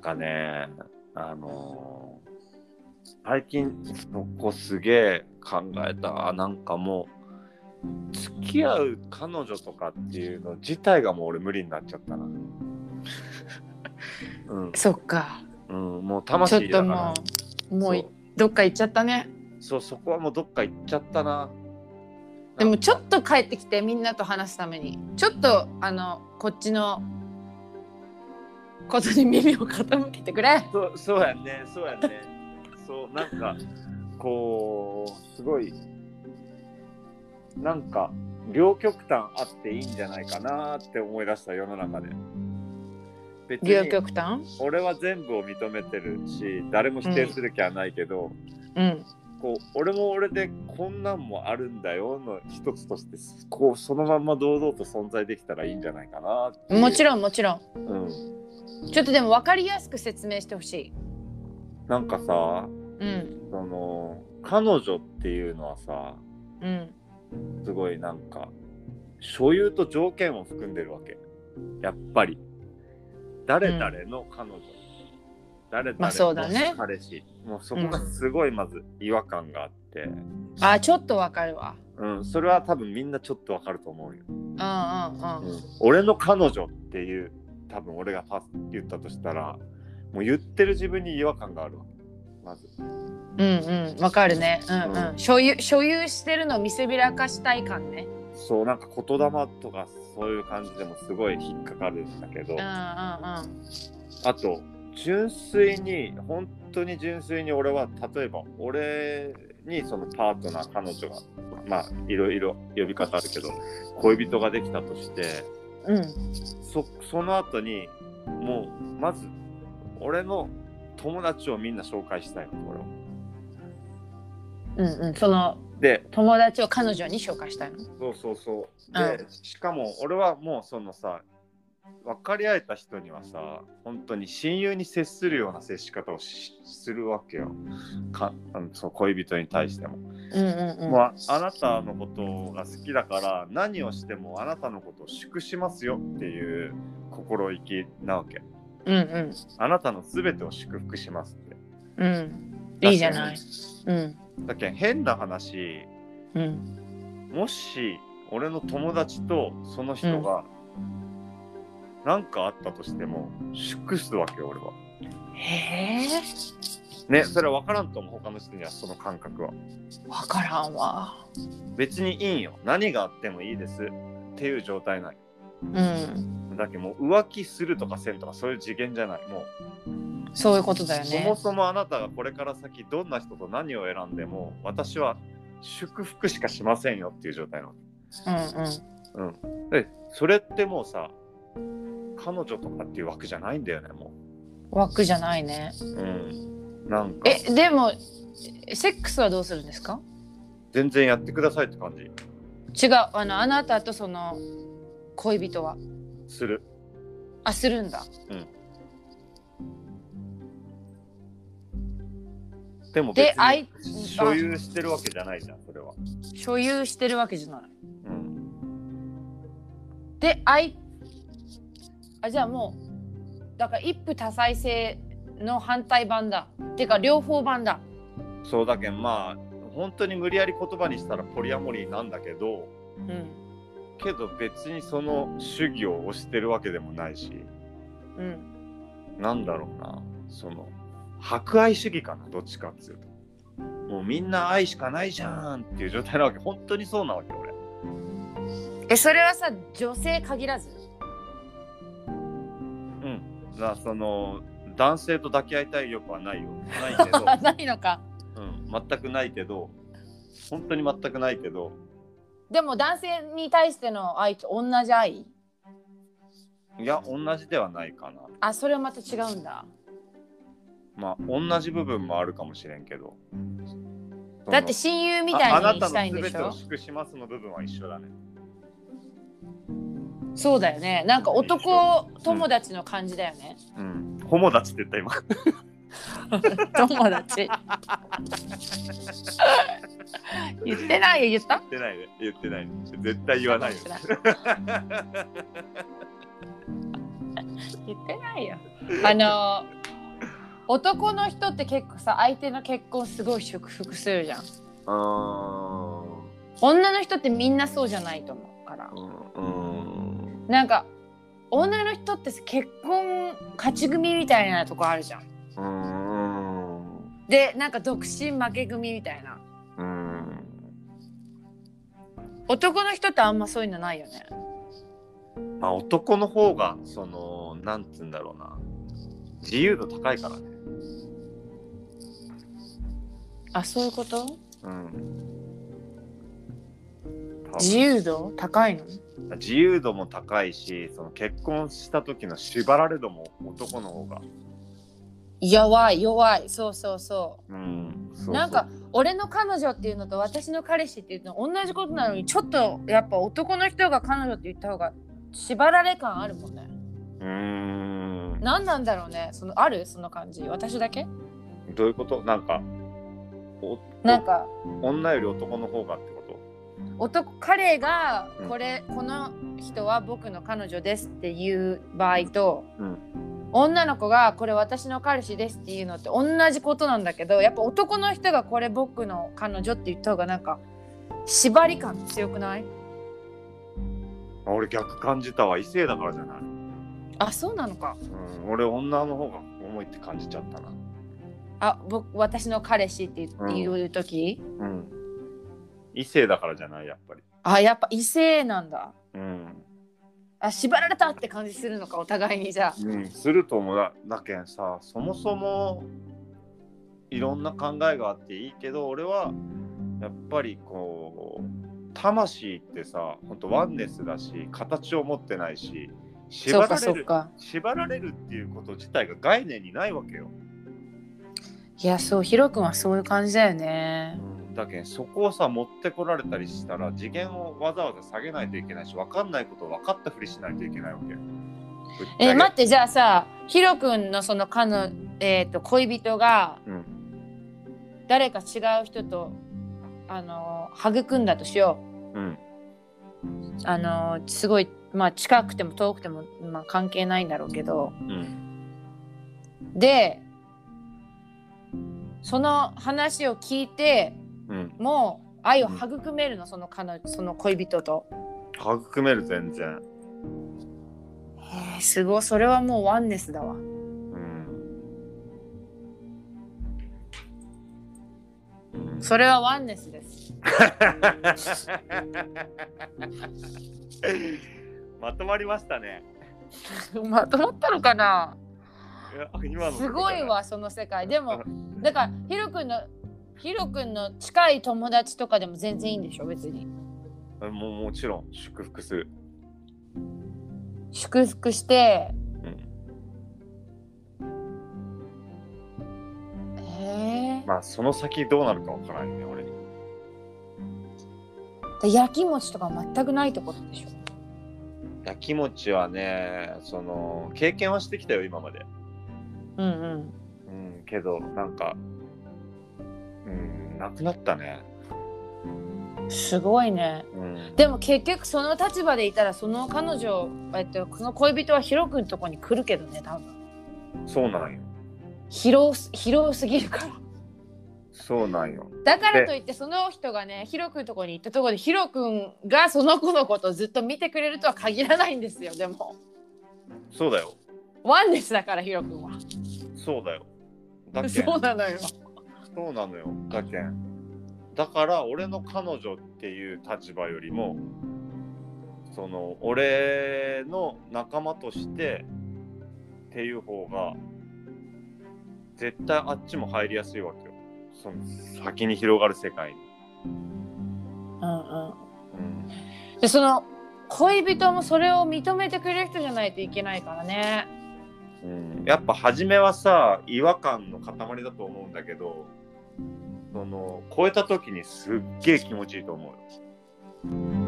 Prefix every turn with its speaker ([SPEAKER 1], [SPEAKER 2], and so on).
[SPEAKER 1] かね、あのー最近の子すげえ考えたあなんかもう付き合う彼女とかっていうの自体がもう俺無理になっちゃったな うん、
[SPEAKER 2] そっか
[SPEAKER 1] うん、もう
[SPEAKER 2] ちょっ
[SPEAKER 1] 魂だか
[SPEAKER 2] とも
[SPEAKER 1] ら
[SPEAKER 2] うもうい
[SPEAKER 1] そう
[SPEAKER 2] どっか行っちゃったね
[SPEAKER 1] そうそこはもうどっか行っちゃったな
[SPEAKER 2] でもちょっと帰ってきてみんなと話すためにちょっとあのこっちのことに耳を傾けてくれ
[SPEAKER 1] そうそうやねそうやねそうなんかこうすごいなんか両極端あっていいんじゃないかなって思い出した世の中で別
[SPEAKER 2] 両
[SPEAKER 1] に
[SPEAKER 2] 極端
[SPEAKER 1] 俺は全部を認めてるし誰も否定する気はないけど、
[SPEAKER 2] うん
[SPEAKER 1] こう俺も俺でこんなんもあるんだよの一つとしてこうそのまんま堂々と存在できたらいいんじゃないかなっていう
[SPEAKER 2] もちろんもちろん
[SPEAKER 1] うん、
[SPEAKER 2] ちょっとでも分かりやすく説明してほしい
[SPEAKER 1] なんかさ
[SPEAKER 2] うん
[SPEAKER 1] その彼女っていうのはさ
[SPEAKER 2] うん
[SPEAKER 1] すごいなんか所有と条件を含んでるわけやっぱり誰々の彼女、誰
[SPEAKER 2] まあそうだ
[SPEAKER 1] 々
[SPEAKER 2] ね
[SPEAKER 1] の彼氏、もうそこがすごいまず違和感があって、
[SPEAKER 2] あちょっと分かるわ
[SPEAKER 1] うんそれは多分みんなちょっとわかると思うよ、
[SPEAKER 2] うんうんうん
[SPEAKER 1] 俺の彼女っていう多分俺がパス言ったとしたらもう言ってる自分に違和感があるわけまず
[SPEAKER 2] うんうん分かるねうんうん所有所有してるのを見せびらかしたい感ね
[SPEAKER 1] そうなんか言霊とかそういう感じでもすごい引っかかるんだけど、
[SPEAKER 2] うんうん
[SPEAKER 1] あと純粋に本当に純粋に俺は例えば俺にそのパートナー彼女がまあいろいろ呼び方あるけど恋人ができたとして
[SPEAKER 2] うんうん
[SPEAKER 1] そその後にもうまず俺の友達をみんな紹介したいの俺は
[SPEAKER 2] うんうんその
[SPEAKER 1] で
[SPEAKER 2] 友達を彼女に紹介したいの
[SPEAKER 1] そうそうそうでしかも俺はもうそのさ分かり合えた人にはさ本当に親友に接するような接し方をしするわけよかあのそう恋人に対しても、
[SPEAKER 2] うんうんうん
[SPEAKER 1] もうああなたのことが好きだから何をしてもあなたのことを祝しますよっていう心意気なわけ
[SPEAKER 2] うんうん
[SPEAKER 1] あなたの全てを祝福しますって
[SPEAKER 2] うんいいじゃないうん
[SPEAKER 1] だけん変な話
[SPEAKER 2] うん
[SPEAKER 1] もし俺の友達とその人が何かあったとしても祝すわけよ俺は。
[SPEAKER 2] へえ
[SPEAKER 1] ねそれは分からんと思う他の人にはその感覚は。
[SPEAKER 2] 分からんわ
[SPEAKER 1] 別にいいんよ何があってもいいですっていう状態ない。
[SPEAKER 2] うん
[SPEAKER 1] だけどもう浮気するとかせんとかそういう次元じゃないも
[SPEAKER 2] そういうことだよ
[SPEAKER 1] う、そも
[SPEAKER 2] ね
[SPEAKER 1] そもあなたがこれから先どんな人と何を選んでも私は祝福しかしませんよっていう状態なの。
[SPEAKER 2] うんうん
[SPEAKER 1] でそれってもうさ彼女とかっていう枠じゃないんだよねもう。
[SPEAKER 2] 枠じゃないね
[SPEAKER 1] うん、なんか
[SPEAKER 2] えでもえセックスはどうするんですか
[SPEAKER 1] 全然やってくださいって感じ
[SPEAKER 2] 違うあのあなたとその恋人は
[SPEAKER 1] する
[SPEAKER 2] あするんだ
[SPEAKER 1] でも
[SPEAKER 2] で
[SPEAKER 1] 別
[SPEAKER 2] あい
[SPEAKER 1] に所有してるわけじゃないじゃんそれは、
[SPEAKER 2] 所有してるわけじゃない
[SPEAKER 1] うん、
[SPEAKER 2] であいあじゃあもうだから一夫多妻制の反対版だてか両方版だ
[SPEAKER 1] そうだけんまあ本当に無理やり言葉にしたらポリアモリーなんだけど
[SPEAKER 2] うん
[SPEAKER 1] けど別にその主義を推してるわけでもないし
[SPEAKER 2] うん
[SPEAKER 1] なんだろうなその博愛主義かなどっちかっつうともうみんな愛しかないじゃんっていう状態なわけ本当にそうなわけ俺
[SPEAKER 2] えそれはさ女性限らず
[SPEAKER 1] うんだからその男性と抱き合いたい欲はないよないけど
[SPEAKER 2] あ ないのか
[SPEAKER 1] うん、全くないけど本当に全くないけど
[SPEAKER 2] でも男性に対しての愛と同じ愛
[SPEAKER 1] いや同じではないかな
[SPEAKER 2] あそれはまた違うんだ
[SPEAKER 1] まあ同じ部分もあるかもしれんけどその
[SPEAKER 2] だって親友みたいにしたいんでし
[SPEAKER 1] ああなたの全てを
[SPEAKER 2] ょ
[SPEAKER 1] 祝しますの部分は一緒だね
[SPEAKER 2] そうだよねなんか男友達の感じだよね、
[SPEAKER 1] うんホモだちって言った今
[SPEAKER 2] 友達言ってないよ言った
[SPEAKER 1] 言ってないね言ってないね絶対言わないよ
[SPEAKER 2] 言ってないよあの男の人って結構さ相手の結婚すごい祝福するじゃん
[SPEAKER 1] あ
[SPEAKER 2] 女の人ってみんなそうじゃないと思うから
[SPEAKER 1] ーうんうん
[SPEAKER 2] なんか女の人ってさ結婚勝ち組みたいなとこあるじゃん
[SPEAKER 1] うん
[SPEAKER 2] でなんか独身負け組みたいな
[SPEAKER 1] うん
[SPEAKER 2] 男の人ってあんまそういうのないよね
[SPEAKER 1] まあ男の方がそのなんつうんだろうな自由度高いからね
[SPEAKER 2] あそういうこと
[SPEAKER 1] うん
[SPEAKER 2] 自由度高いの
[SPEAKER 1] 自由度も高いしその結婚した時の縛られ度も男の方が
[SPEAKER 2] 弱い弱いそうそうそう
[SPEAKER 1] うんそうそう
[SPEAKER 2] なんか俺の彼女っていうのと私の彼氏っていうの同じことなのにちょっとやっぱ男の人が彼女って言った方が縛られ感あるもんね。
[SPEAKER 1] うーん
[SPEAKER 2] 何なんだろうねそのあるその感じ私だけ
[SPEAKER 1] どういうことなんかお
[SPEAKER 2] なんか
[SPEAKER 1] 女より男の方がってこと
[SPEAKER 2] 男彼が
[SPEAKER 1] うん
[SPEAKER 2] これ、この人は僕の彼女ですっていう場合と、
[SPEAKER 1] うん
[SPEAKER 2] 女の子がこれ私の彼氏ですっていうのって同じことなんだけどやっぱ男の人がこれ僕の彼女って言った方がなんか縛り感強くない
[SPEAKER 1] あ俺逆感じたわ異性だからじゃない、
[SPEAKER 2] あそうなのか。
[SPEAKER 1] うん、俺女の方が重いって感じちゃったな
[SPEAKER 2] あ僕私の彼氏って言う,、
[SPEAKER 1] うん
[SPEAKER 2] 言う時
[SPEAKER 1] うん異性だからじゃないやっぱり
[SPEAKER 2] あやっぱ異性なんだ
[SPEAKER 1] うん、
[SPEAKER 2] あ縛られたって感じするのかお互いにじゃあ
[SPEAKER 1] うん、すると思うだだけんさそもそもいろんな考えがあっていいけど俺はやっぱりこう魂ってさほんとワンネスだし形を持ってないし
[SPEAKER 2] そ
[SPEAKER 1] 縛
[SPEAKER 2] う
[SPEAKER 1] ら
[SPEAKER 2] か
[SPEAKER 1] れ
[SPEAKER 2] そう
[SPEAKER 1] る
[SPEAKER 2] か
[SPEAKER 1] 縛られるっていうこと自体が概念にないわけよ。
[SPEAKER 2] いやそうヒロ君はそういう感じだよね
[SPEAKER 1] だけどそこをさ持ってこられたりしたら次元をわざわざ下げないといけないし分かんないことを分かったふりしないといけないわけ。
[SPEAKER 2] え待
[SPEAKER 1] て、
[SPEAKER 2] ってじゃあさヒロ君のその彼の、えー、と恋人が
[SPEAKER 1] うん
[SPEAKER 2] 誰か違う人とあの育んだとしよ
[SPEAKER 1] うん
[SPEAKER 2] うあのすごいまあ近くても遠くても、まあ、関係ないんだろうけど
[SPEAKER 1] うん
[SPEAKER 2] でその話を聞いて
[SPEAKER 1] うん、
[SPEAKER 2] もう愛を育めるの、その彼女その恋人と。
[SPEAKER 1] 育める全然。
[SPEAKER 2] へえすごいそれはもうワンネスだわ。
[SPEAKER 1] うんうん
[SPEAKER 2] それはワンネスです。
[SPEAKER 1] まとまりましたね。
[SPEAKER 2] まとまったのかない
[SPEAKER 1] や今の
[SPEAKER 2] すごいわその世界。でもだからヒロ君のヒロ君の近い友達とかでも全然いいんでしょ別に。
[SPEAKER 1] もうもちろん祝福する。
[SPEAKER 2] 祝福して。へえ
[SPEAKER 1] まあその先どうなるかわからないね俺に。
[SPEAKER 2] で焼き餅とか全くないってことでしょ
[SPEAKER 1] やきもちはねその経験はしてきたよ今まで。
[SPEAKER 2] うんうん。
[SPEAKER 1] うんけどなんかうんなくなったね。
[SPEAKER 2] すごいね。
[SPEAKER 1] うん。
[SPEAKER 2] でも結局その立場でいたらその彼女、えっと、その恋人はヒロ君のとこに来るけどね多分
[SPEAKER 1] そうなんよ。
[SPEAKER 2] 広す広すぎるから
[SPEAKER 1] そうなんよ。
[SPEAKER 2] だからといってその人がねヒロ君のとこに行ったところでヒロ君がその子のことをずっと見てくれるとは限らないんですよでも
[SPEAKER 1] そうだよ。
[SPEAKER 2] ワンネスだからヒロ君は
[SPEAKER 1] そうだよ。だけん
[SPEAKER 2] そうなのよ
[SPEAKER 1] そうなのよ。だけん。だから俺の彼女っていう立場よりもその俺の仲間としてっていう方が絶対あっちも入りやすいわけよ。その先に広がる世界に。
[SPEAKER 2] うん
[SPEAKER 1] うん、
[SPEAKER 2] うんでその恋人もそれを認めてくれる人じゃないといけないからね
[SPEAKER 1] うんやっぱ初めはさ違和感の塊だと思うんだけどその超えた時にすっげえ気持ちいいと思うよ。